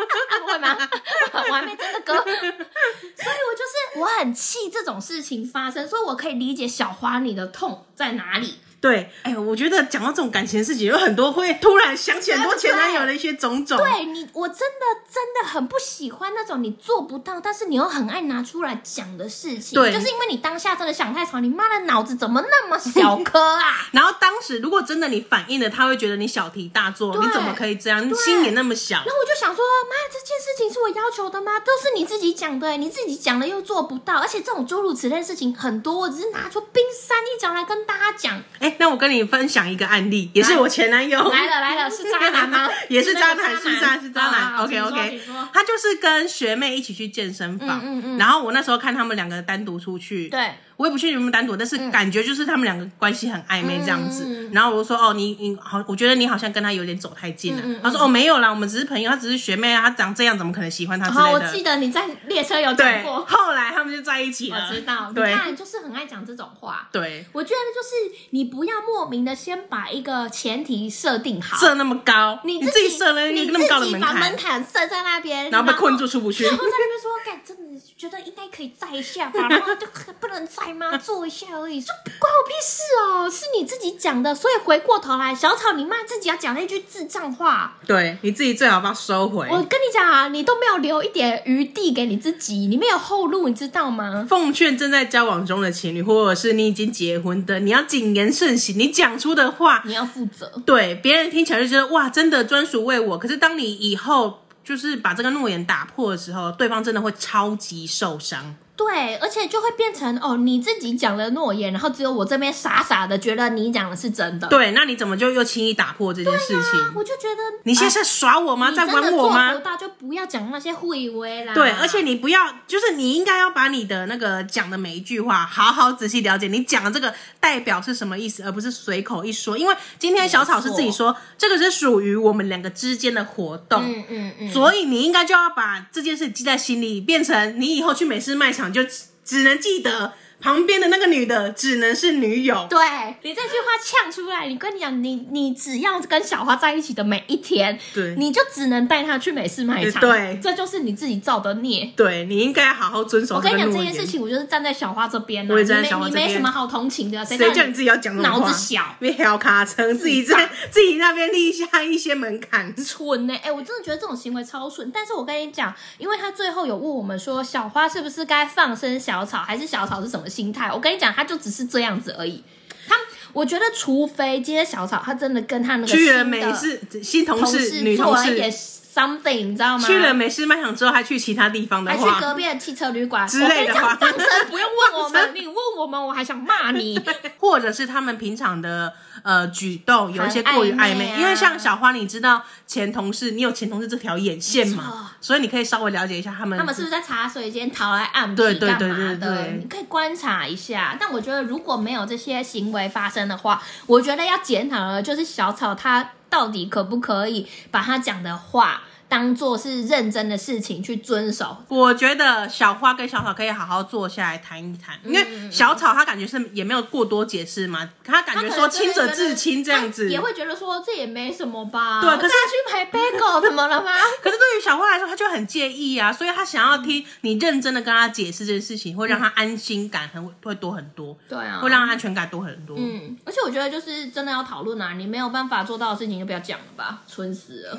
S1: 不会吗？ 我还没真的割，所以我就是我很气这种事情发生，所以我可以理解小花你的痛在哪里。
S2: 对，哎、我觉得讲到这种感情的事情，有很多会突然想起很多前男友的一些种种。
S1: 对你，我真的真的很不喜欢那种你做不到，但是你又很爱拿出来讲的事情。
S2: 对
S1: 就是因为你当下真的想太少，你妈的脑子怎么那么小颗 啊？
S2: 然后当时如果真的你反应了，他会觉得你小题大做，
S1: 对
S2: 你怎么可以这样？你心也那么小
S1: 然。后我就想说，妈，这件事情是我要求的吗？都是你自己讲的、你自己讲了又做不到，而且这种诸如此类的事情很多，我只是拿出冰山一角来跟大家 讲。
S2: 哎、那我跟你分享一个案例，也是我前男友。？
S1: 来了来了，是渣男吗
S2: 也是渣
S1: 那
S2: 男，
S1: 个
S2: 是渣是渣男。OK
S1: 好好啊请
S2: OK，
S1: 说请说
S2: 他就是跟学妹一起去健身房，
S1: 嗯嗯嗯
S2: 然后我那时候看他们两个单独出去，
S1: 对，
S2: 我也不确定有没有单独，但是感觉就是他们两个关系很暧昧这样子。
S1: 嗯
S2: 然后我就说哦，你你好，我觉得你好像跟他有点走太近了。
S1: 嗯嗯嗯
S2: 他说哦没有啦，我们只是朋友，他只是学妹啊，他长这样怎么可能喜欢他之
S1: 好，
S2: 类
S1: 哦我
S2: 的。
S1: 记得你在列车有讲
S2: 对，
S1: 过，
S2: 后来他们就在一起了。
S1: 我知道。你
S2: 对
S1: 看，就是很爱讲这种话。
S2: 对，
S1: 我觉得就是你不要莫名的先把一个前提设定好，
S2: 设那么高，你
S1: 你自
S2: 己设了
S1: 你
S2: 一个那么高的
S1: 自己
S2: 门
S1: 把
S2: 槛
S1: 门，槛设在那边，
S2: 然后被困住。出不去。
S1: 然后在那边说，干，真的觉得应该可以载一下 吧，然后就不能载吗？坐一下而已，说不关我屁事哦，是你自己讲的，所以回过头来，小草你妈自己要讲那句智障话，
S2: 对，你自己最好把它收回。
S1: 我跟你讲啊，你都没有留一点余地给你自己，你没有后路，你知道吗？
S2: 奉劝正在交往中的情侣，或者是你已经结婚的，你要谨言慎行，你讲出的话，
S1: 你要负责。
S2: 对别人听起来就觉得哇，真的专属为我。可是当你以后就是把这个诺言打破的时候，对方真的会超级受伤。
S1: 对，而且就会变成哦，你自己讲了诺言，然后只有我这边傻傻的觉得你讲的是真的。啊
S2: 对，那你怎么就又轻易打破这件事情？
S1: 我就觉得
S2: 你现在是在耍我吗？
S1: 你
S2: 在
S1: 真的
S2: 玩我
S1: 做
S2: 吗
S1: 不？到就不要讲那些会微啦。
S2: 对，啊而且你不要，就是你应该要把你的那个讲的每一句话，好好仔细了解，你讲的这个代表是什么意思，而不是随口一说。因为今天小草是自己说，这个是属于我们两个之间的活动，
S1: 嗯嗯嗯，
S2: 所以你应该就要把这件事记在心里，变成你以后去美式卖场就只只能记得旁边的那个女的只能是女友。
S1: 对你这句话呛出来，你跟你讲，你你只要跟小花在一起的每一天，
S2: 对
S1: 你就只能带她去美式卖场，
S2: 对
S1: 这就是你自己造的孽。
S2: 对你应该好好遵守
S1: 我
S2: 这
S1: 跟
S2: 个
S1: 你讲
S2: 诺
S1: 这件事
S2: 言。
S1: 情，我就是站在小花这边、啊，
S2: 我也站在小花
S1: 你
S2: 这
S1: 没
S2: 边
S1: 你没什么好同情的，谁
S2: 谁
S1: 叫
S2: 叫你自己要讲这种话？
S1: 脑子小
S2: 别小卡层，自己在 自己那边立下一些门槛。
S1: 蠢呢、哎、我真的觉得这种行为超蠢。但是我跟你讲，因为他最后有问我们说，小花是不是该放生小草，还是小草是什么心态？我跟你讲，他就只是这样子而已。他，我觉得除非今天小草他真的跟他那个
S2: 去了
S1: 新的
S2: 美式新同
S1: 同
S2: 事、女
S1: 事
S2: 同
S1: 做了一点
S2: 事，
S1: something，你知道吗？
S2: 去了美式卖场之后还去其他地方的
S1: 还去
S2: 话，
S1: 隔壁的汽车旅馆
S2: 之类的话
S1: 我跟你讲，放生不用问我
S2: 放生
S1: 们，你问我们，我还想骂你。
S2: 或者是他们平常的呃举动有一些过于
S1: 很
S2: 暧昧
S1: 暧昧啊
S2: 因为像小花，你知道前同事，你有前同事这条眼线嘛，所以你可以稍微了解一下他们。
S1: 他们是不是在茶水间逃来暗
S2: 对
S1: 屁
S2: 对
S1: 干
S2: 对
S1: 嘛
S2: 对
S1: 的？
S2: 对
S1: 你可以观察一下。但我觉得如果没有这些行为发生的话，我觉得要检讨的就是小草他到底可不可以把他讲的话当做是认真的事情去遵守。
S2: 我觉得小花跟小草可以好好坐下来谈一谈，因
S1: 嗯
S2: 为小草她感觉是也没有过多解释嘛，她感
S1: 他
S2: 觉
S1: 可
S2: 说
S1: 能真
S2: 亲
S1: 的
S2: 者
S1: 觉得
S2: 自亲这样子，
S1: 他也会觉得说这也没什么吧。
S2: 对可是
S1: 大家去买 bagel 怎么 了吗？
S2: 可是对于小花来说，她就很介意啊，所以她想要听你认真的跟她解释这件事情，会让她安心感很会多很多，
S1: 对啊
S2: 会，让她安全感多很多。
S1: 嗯，而且我觉得就是真的要讨论啊，你没有办法做到的事情就不要讲了吧，蠢死了。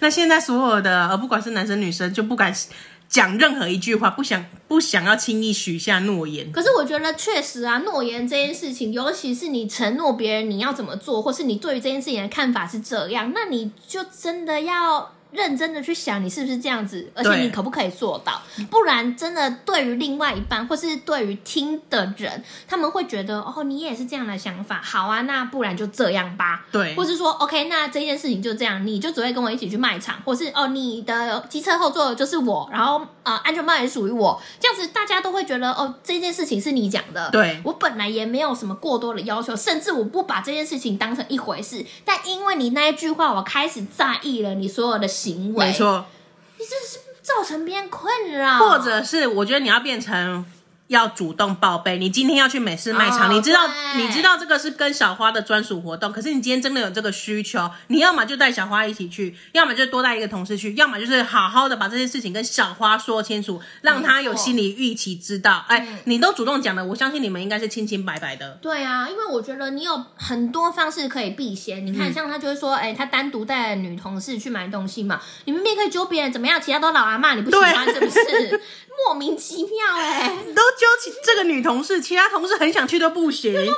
S2: 那现在所有的，呃，不管是男生女生，就不敢讲任何一句话，不想不想要轻易许下诺言。
S1: 可是我觉得确实啊，诺言这件事情，尤其是你承诺别人你要怎么做，或是你对于这件事情的看法是这样，那你就真的要认真的去想，你是不是这样子，而且
S2: 对
S1: 你可不可以做到？不然真的对于另外一半，或是对于听的人，他们会觉得哦，你也是这样的想法，好啊，那不然就这样吧。
S2: 对
S1: 或，是说，OK，那这件事情就这样，你就只会跟我一起去卖场，或是哦，你的机车后座就是我，然后呃，安全帽也属于我，这样子大家都会觉得哦，这件事情是你讲的。
S2: 对
S1: 我本来也没有什么过多的要求，甚至我不把这件事情当成一回事，但因为你那一句话，我开始在意了你所有的行为，
S2: 没，错，
S1: 你这是造成别人困
S2: 嗯
S1: 扰，
S2: 或者是我觉得你要变成。要主动报备，你今天要去美式卖场，
S1: 哦
S2: 你知道
S1: 对
S2: 你知道这个是跟小花的专属活动，可是你今天真的有这个需求，你要么就带小花一起去，要么就多带一个同事去，要么就是好好的把这些事情跟小花说清楚，让她有心理预期，知道，哎、你都主动讲了，我相信你们应该是清清白白的。
S1: 对啊，因为我觉得你有很多方式可以避嫌。你看，
S2: 嗯
S1: 像他就会说，哎、他单独带女同事去买东西嘛，你明明可以揪别人，怎么样？其他都老阿妈，你不喜欢是不是？莫名其妙哎、
S2: 你都揪起这个女同事，其他同事很想去都不行。
S1: 你卖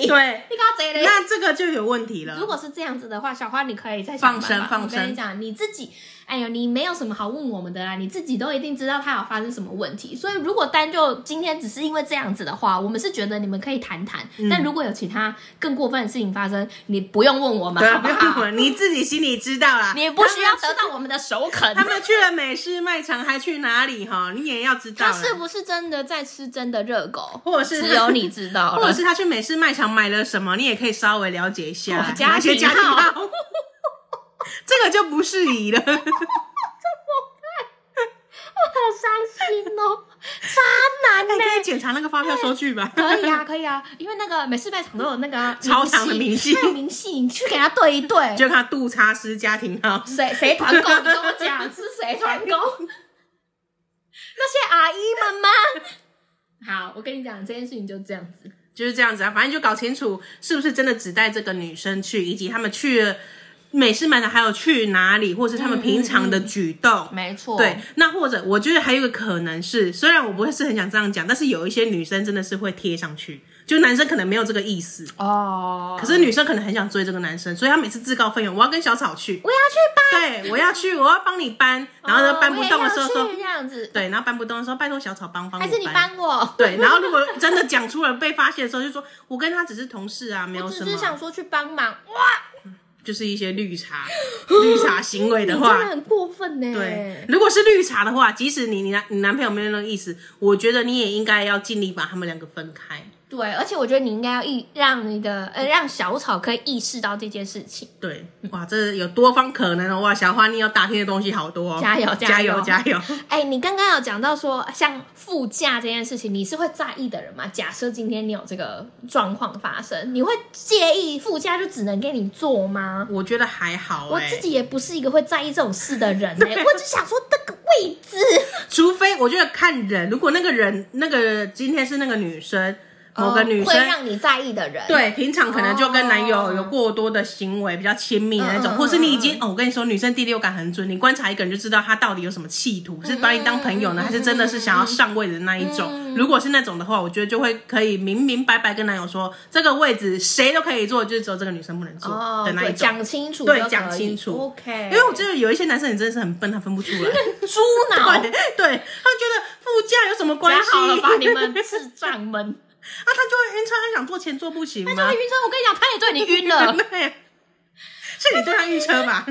S1: 皮，
S2: 对，
S1: 你搞贼嘞！
S2: 那这个就有问题了。
S1: 如果是这样子的话，小花你可以再
S2: 放
S1: 想办法
S2: 生放
S1: 我
S2: 生
S1: 跟你讲，你自己，哎呦，你没有什么好问我们的啦，你自己都一定知道他有发生什么问题。所以如果单就今天只是因为这样子的话，我们是觉得你们可以谈谈。
S2: 嗯
S1: 但如果有其他更过分的事情发生，你不用问我们，
S2: 对，
S1: 好
S2: 不
S1: 不
S2: 用
S1: 好？
S2: 管 你自己心里知道啦。
S1: 你不需要得到我们的首肯。
S2: 他们去了美式卖场，还去哪里哈？你也要知道
S1: 他
S2: 啦。
S1: 是不是真的在吃真的热狗？
S2: 或者是他
S1: 只有你知道了，
S2: 或者是他去美式卖场买了什么，你也可以稍微了解一下
S1: 哦家
S2: 哪些
S1: 庭
S2: 家庭
S1: 号
S2: 号， 这个就不适宜 了。
S1: 哎好伤心哦，渣男
S2: 你
S1: 呢、
S2: 可以检查那个发票收据吧。
S1: 可以啊，可以啊，因为那个美式卖场都有那个啊
S2: 超长的明细
S1: 明那个明细你去给他对一对。
S2: 就看杜差师家庭号，
S1: 谁谁团购？你跟我 讲是谁团购？那些阿姨们吗？ 好，我跟你讲，这件事情就这样子。
S2: 就是这样子啊。反正就搞清楚是不是真的只带这个女生去，以及他们去了美式卖场还有去哪里，或是他们平常的举动。
S1: 没错
S2: 对，那或者我觉得还有一个可能是，虽然我不会是很想这样讲，但是有一些女生真的是会贴上去，就男生可能没有这个意思，
S1: 哦，
S2: 可是女生可能很想追这个男生，所以她每次自告奋勇，我要跟小草去，
S1: 我要去搬，
S2: 对我要去，我要帮你搬，然后呢搬不动的时候
S1: 哦我也要
S2: 说
S1: 去，这样子，
S2: 对，然后搬不动的时候拜托小草帮帮我
S1: 还是你
S2: 搬。
S1: 帮我？
S2: 对，然后如果真的讲出了被发现的时候，就说我跟他只是同事啊，没有
S1: 我
S2: 什
S1: 只
S2: 么
S1: 是，想说去帮忙，哇，
S2: 就是一些绿茶绿茶行为
S1: 你
S2: 的
S1: 真
S2: 话，
S1: 的很过分呢。
S2: 对，，如果是绿茶的话，即使你你男你男朋友没有那个意思，我觉得你也应该要尽力把他们两个分开。
S1: 对，而且我觉得你应该要意让你的呃让小草可以意识到这件事情。
S2: 对，
S1: 嗯
S2: 哇，这有多方可能哦！哇，小花，你有打听的东西好多哦，
S1: 加油
S2: 加油
S1: 加
S2: 加油！
S1: 哎，你刚刚有讲到说像副驾这件事情，你是会在意的人吗？假设今天你有这个状况发生，你会介意副驾就只能给你坐吗？
S2: 我觉得还好、欸，
S1: 我自己也不是一个会在意这种事的人哎、我就想说这个位置，
S2: 哎除非我觉得看人，如果那个人那个今天是那个女生，某个女
S1: 哦会
S2: 生。
S1: 让你在意的人，
S2: 对，平常可能就跟男友
S1: 哦
S2: 有过多的行为，比较亲密的那种，
S1: 嗯嗯
S2: 或是你已经哦，我跟你说，女生第六感很准，你观察一个人就知道他到底有什么企图，
S1: 嗯
S2: 是把你当朋友呢，还是真的是想要上位的那一种？如果是那种的话，我觉得就会可以明明白白跟男友说，这个位置谁都可以坐，就是只有这个女生不能坐
S1: 哦，
S2: 的那
S1: 对，
S2: 一种。
S1: 讲清楚就可以，
S2: 对讲清楚
S1: OK，
S2: 因为我觉得有一些男生，你真的是很笨，他分不出 来。
S1: 猪脑，
S2: 对，对他们觉得副驾有什么关
S1: 夹
S2: 系？
S1: 好了吧，你们智障们。
S2: 啊，他就会晕车，他想坐前座不行吗？
S1: 他就会晕车。我跟你讲，他也对你晕了，
S2: 对，是你对他晕车吧？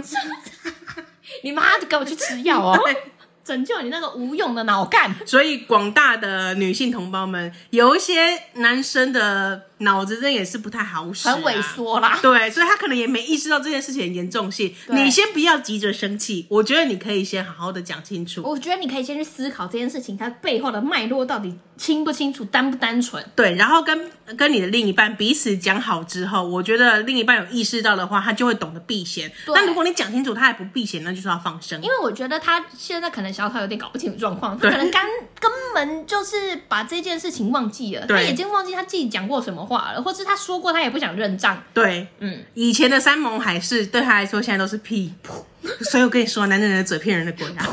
S1: 你妈就给我去吃药哦，
S2: 对
S1: 拯救你那个无用的脑干。
S2: 所以广大的女性同胞们，有一些男生的脑子真的也是不太好使、啊
S1: 很萎。缩啦。
S2: 对，所以他可能也没意识到这件事情的严重性。
S1: 对
S2: 你先不要急着生气，我觉得你可以先好好的讲清楚。
S1: 我觉得你可以先去思考这件事情，它背后的脉络到底清不清楚、单不单纯。
S2: 对，然后跟跟你的另一半彼此讲好之后，我觉得另一半有意识到的话，他就会懂得避嫌。
S1: 对
S2: 那如果你讲清楚，他还不避嫌，那就是要放生
S1: 因。为我觉得他现在可能小草有点搞不清楚状况，他
S2: 对
S1: 可能根根本就是把这件事情忘记了，
S2: 对
S1: 他已经忘记他自己讲过什么话了，或是他说过他也不想认账。
S2: 对，
S1: 嗯，
S2: 以前的山盟海誓对他来说现在都是屁。所以我跟你说，男人的嘴骗人的鬼 啊！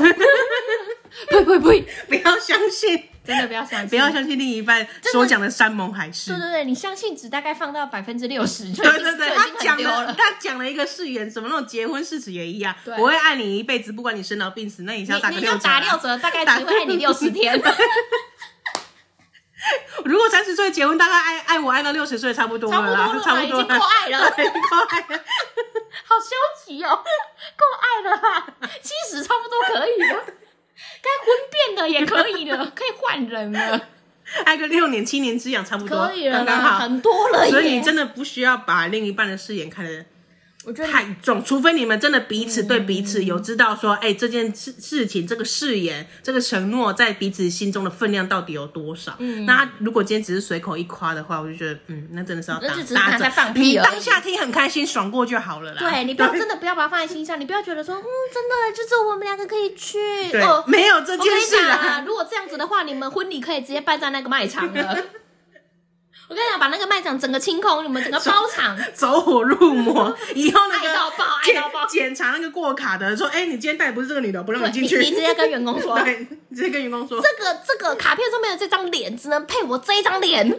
S1: 呸呸呸！
S2: 不要相信，
S1: 真的不要相信，
S2: 不要相信另一半所讲的山盟海誓
S1: 对。对对，你相信值大概放到百分之六十就已
S2: 对
S1: 经
S2: 对对，
S1: 就已
S2: 他
S1: 经很
S2: 讲
S1: 丢
S2: 了，
S1: 了。
S2: 他讲了一个誓言，什么那种结婚誓词也一样。
S1: 对
S2: 我会爱你一辈子，不管你生老病死，那你
S1: 你
S2: 想打个
S1: 你
S2: 六
S1: 就
S2: 折
S1: 打
S2: 啊。
S1: 六折，大概只会爱你六十天。
S2: 如果三十岁结婚，大概爱爱我爱到六十岁差不多了啦， 差
S1: 差不
S2: 不
S1: 多
S2: 多
S1: 了啦已经够爱了
S2: 对够爱了。
S1: 好消极哦，够爱了啦，七十差不多可以了，该婚变的也可以了，可以换人了，
S2: 爱个六年七年之痒差不多，
S1: 可以了
S2: 刚刚
S1: 啦，
S2: 好。
S1: 很多了耶。
S2: 所以你真的不需要把另一半的誓言看得
S1: 我觉得
S2: 太重，除非你们真的彼此对彼此有知道说，哎、这件事事情、这个誓言、这个承诺在彼此心中的分量到底有多少。
S1: 嗯
S2: 那他如果今天只是随口一夸的话，我就觉得，嗯，那真的是要
S1: 那
S2: 打
S1: 就只是
S2: 打
S1: 他在
S2: 折。
S1: 放
S2: 你
S1: 屁而已
S2: 当下听很开心，爽过就好了啦。
S1: 对你不要真的不要把它放在心上，你不要觉得说，嗯，真的就是我们两个可以去
S2: 对，
S1: 哦。
S2: 没有这
S1: 我
S2: 件
S1: 跟你
S2: 事
S1: 讲
S2: 啦
S1: 啊，。如果这样子的话，你们婚礼可以直接办在那个卖场了。 我跟你讲，把那个卖场整个清空，你们整个包场，
S2: 走火入魔，以后那
S1: 爱到
S2: 个
S1: 爆，爱
S2: 检
S1: 到爆。
S2: 检查那个过卡的说，哎、你今天带的不是这个女的，不让
S1: 对，
S2: 你
S1: 你
S2: 进
S1: 你
S2: 去。
S1: 直接跟员工 说，
S2: 对，你直接跟员工说，
S1: 这个这个卡片上面的这张脸只能配我这一张脸，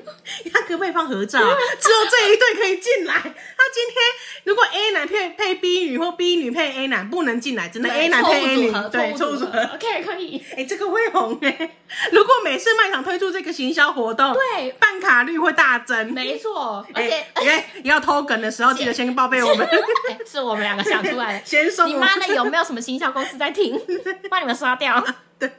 S2: 他可不可以放合照啊？只有这一对可以进来。他今天如果 A 男配配 B 女或 B 女配 A 男，不能进来，只能 A 男
S1: 错
S2: 配 A
S1: 误组
S2: 女
S1: 合，，
S2: 对，
S1: 错
S2: 错
S1: 误
S2: 误
S1: 组
S2: 组
S1: 合
S2: 合。
S1: ，OK 可以。
S2: 哎、这个会红哎、如果每次卖场推出这个行销活动，
S1: 对
S2: 办卡率会大增。
S1: 没错，而且
S2: 哎、哎要偷梗的时候，记得先报备我 们，
S1: 哎是我们两个想出来的。
S2: 先送
S1: 你
S2: 我们
S1: 妈的，有没有什么行销公司在听？把你们刷掉。
S2: 对，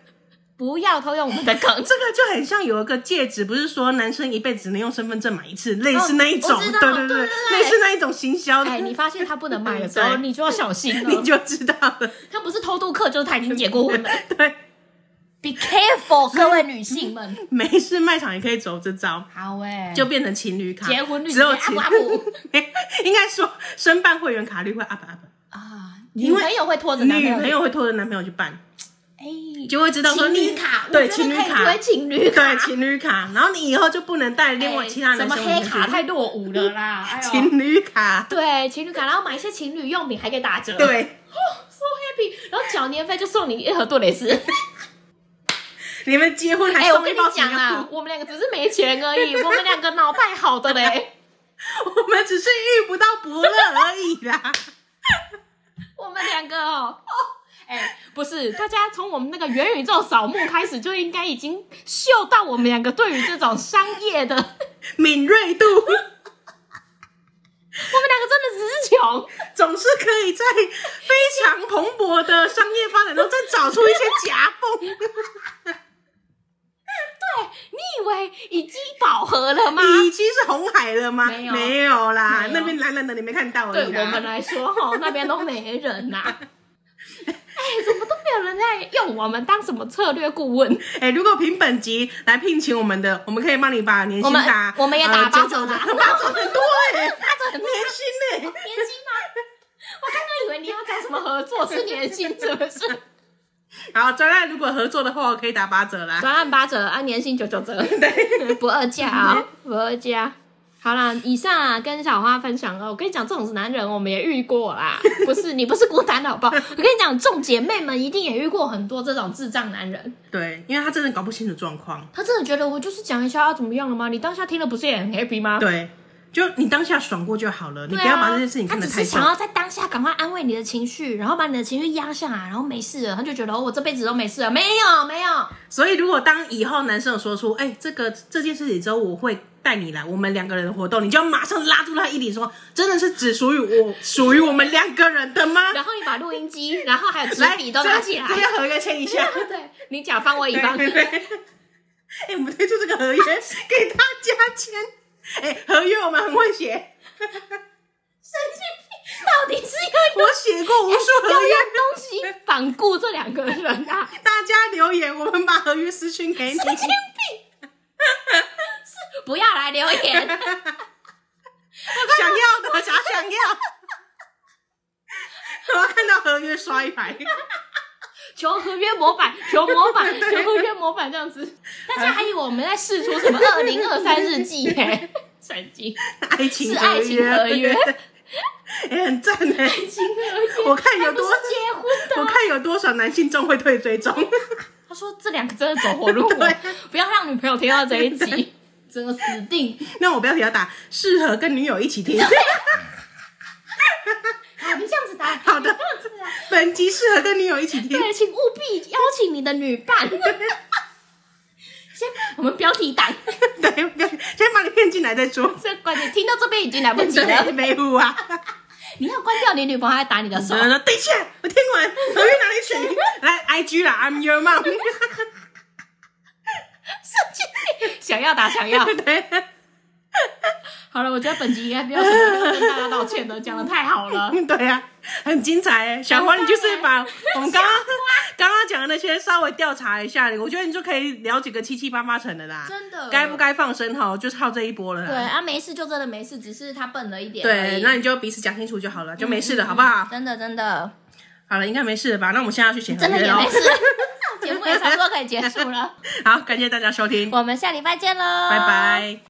S1: 不要偷用我们的梗。
S2: 这个就很像有一个戒指，不是说男生一辈子只能用身份证买一次，类似那一种，
S1: 哦我知道
S2: 对对
S1: 对对对
S2: 类似那一种行销的，
S1: 哎，你发现他不能买的时候，
S2: 对
S1: 你就要小心
S2: 你
S1: 了。
S2: 就知道了。
S1: 他不是偷渡客，就是他已经结过婚了。
S2: 对，
S1: Be careful，各位女性们。
S2: 没事，卖场也可以走这招，
S1: 好哎，
S2: 就变成情侣卡，
S1: 结婚率
S2: 只有
S1: 直接
S2: 情
S1: up，up
S2: 应该说申办会员卡率会 up up，
S1: 啊，
S2: 因
S1: 女
S2: 为
S1: 朋友会拖着男
S2: 女
S1: 朋
S2: 朋
S1: 友
S2: 友会拖着男朋友去办，
S1: 哎，
S2: 就会知道说
S1: 情
S2: 你
S1: 侣卡，
S2: 对
S1: 我觉得
S2: 情侣
S1: 可以
S2: 卡
S1: 推情侣卡，
S2: 对情侣卡，然后你以后就不能带另外
S1: 哎
S2: 其他男
S1: 什么
S2: 生
S1: 黑
S2: 进去
S1: 卡太落伍了 啦，哎呦
S2: 情侣卡，
S1: 对情侣卡，然后买一些情侣用品还可以打折，
S2: 对。
S1: ，so happy，然后缴年费就送你一盒杜蕾斯。
S2: 你们结婚还
S1: 哎，我
S2: 送
S1: 跟
S2: 一
S1: 你
S2: 包情
S1: 讲
S2: 侣
S1: 啦，我们两个只是没钱而 已，我们两个脑袋好的嘞，
S2: 我们只是遇不到伯乐而已 啦。
S1: 我们两个哦。哦 哎，不是，大家从我们那个元宇宙扫墓开始，就应该已经嗅到我们两个对于这种商业的，我们
S2: 敏锐度
S1: 两个真的只是穷，
S2: 总是可以在非常蓬勃的商业发展中，再找出一些夹缝。
S1: 你以为已经饱和了吗？
S2: 已经是红海了吗？
S1: 没有
S2: 啦，
S1: 没有
S2: 那边蓝蓝的你没看到而
S1: 对
S2: 已啦。
S1: 我们来说，哈，那边都没人呐、 哎，怎么都没有人在用我们当什么策略顾问？
S2: 哎、如果凭本集来聘请我们的，我们可以帮你把年薪打，
S1: 我们我们也打
S2: 呃
S1: 八
S2: 减少
S1: 折啦
S2: 的八折很多 哎、
S1: 他这很
S2: 年薪呢、
S1: 年薪吗？我刚刚以为你要讲什么合作是年薪，是不是？
S2: 然后专案如果合作的话，我可以打八折啦。
S1: 转按八折，按年薪九九折，不二价啊、不二价。好啦，以上啊跟小花分享哦了。我跟你讲，这种男人我们也遇过啦，不是你不是孤单的好不好？我跟你讲，众姐妹们一定也遇过很多这种智障男人。
S2: 对，因为他真的搞不清楚状况。
S1: 他真的觉得我就是讲一下要啊怎么样了吗？你当下听了不是也很 happy 吗？
S2: 对，就你当下爽过就好了，你
S1: 对啊，
S2: 不要把这件事情看得
S1: 他
S2: 太
S1: 只是
S2: 重
S1: 想。要在当下赶快安慰你的情绪，然后把你的情绪压下来，然后没事了，他就觉得、哦我这辈子都没事了。没有，没 有，
S2: 所以，如果当以后男生有说出“哎、这个这件事情之后，我会带你来我们两个人的活动”，你就要马上拉住他衣领说：“真的是只属于我，属于我们两个人的吗
S1: 然后你把录音机，然后还有？”纸
S2: 来，
S1: 笔都拿起来
S2: 这，边合约签一下。
S1: 对你甲方我乙
S2: 对
S1: 方，
S2: 对对。哎、我们推出这个合约给大家签。哎、合约我们很会写，
S1: 到底是要
S2: 我写过无数合
S1: 要
S2: 约。
S1: 用东西绑固这两个人 啊？
S2: 大家留言，我们把合约私讯 给你。
S1: 不要来留言，
S2: 想要的，啥想要？我要看到合约刷一排，
S1: 求合约模板，求模板，求合约模板这样子，大家还以为我们在试出什么二零二三日记耶、 神经！
S2: 爱情
S1: 是爱情合 约
S2: 哎、很赞哎、
S1: 情 合约，
S2: 我看有
S1: 还不
S2: 多
S1: 是，结婚的
S2: 我
S1: 啊。
S2: 看有多少男性众会退追踪，
S1: 他说这两个真的走火 入魔
S2: 对，
S1: 不要让女朋友听 到这一集，真的死定。
S2: 那我标题要打适合跟女友一起听。
S1: 好，你这样子打，
S2: 好的
S1: 你这样子啊。
S2: 本集适合跟女友一起听。
S1: 对，请务必邀请你的女 伴。先，我们标题 党，
S2: 对，对先把你骗进来再说。
S1: 这关键听到这边已经来不及
S2: 对，
S1: 了。
S2: 没有啊。
S1: 你要关掉你女朋友，还打你 的手。
S2: 然 后等一下，我听完合约哪里选？来 IG 啦，I'm your mom。
S1: 想要打，想要。
S2: 对。
S1: 好了，我觉得本集应该没有什么要跟大家道歉的，讲的太好了。
S2: 嗯对呀、很精彩哎、小花，你就是把
S1: 欸
S2: 我们刚刚刚刚讲的那些稍微调查一下，我觉得你就可以了解个七七八八成的啦。
S1: 真的
S2: 该不该放生哈，就是靠这一波了
S1: 对
S2: 啦。
S1: 啊，没事就真的没事，只是他笨了一点而
S2: 对
S1: 已。
S2: 那你就彼此讲清楚就好
S1: 嗯
S2: 了，就没事了，好不好？
S1: 真的真的
S2: 好了，应该没事了吧？那我们现在要去写合
S1: 真的
S2: 约
S1: 也
S2: 喽
S1: 没。事， 节目也差不多可以结束了，
S2: 好，感谢大家收听，
S1: 我们下礼拜见喽，
S2: 拜拜。